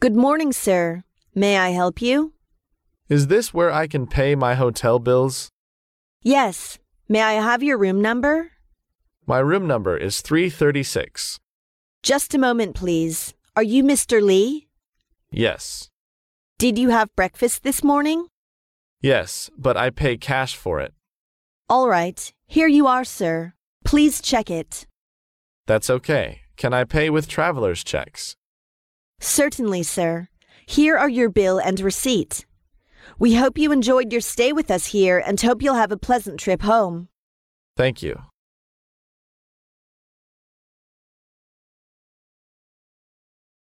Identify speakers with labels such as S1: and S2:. S1: Good morning, sir. May I help you?
S2: Is this where I can pay my hotel bills?
S1: Yes. May I have your room number?
S2: My room number is 336.
S1: Just a moment, please. Are you Mr. Lee?
S2: Yes.
S1: Did you have breakfast this morning?
S2: Yes, but I pay cash for it.
S1: All right. Here you are, sir. Please check it.
S2: That's okay. Can I pay with traveler's checks?
S1: Certainly, sir. Here are your bill and receipt. We hope you enjoyed your stay with us here and hope you'll have a pleasant trip home.
S2: Thank you.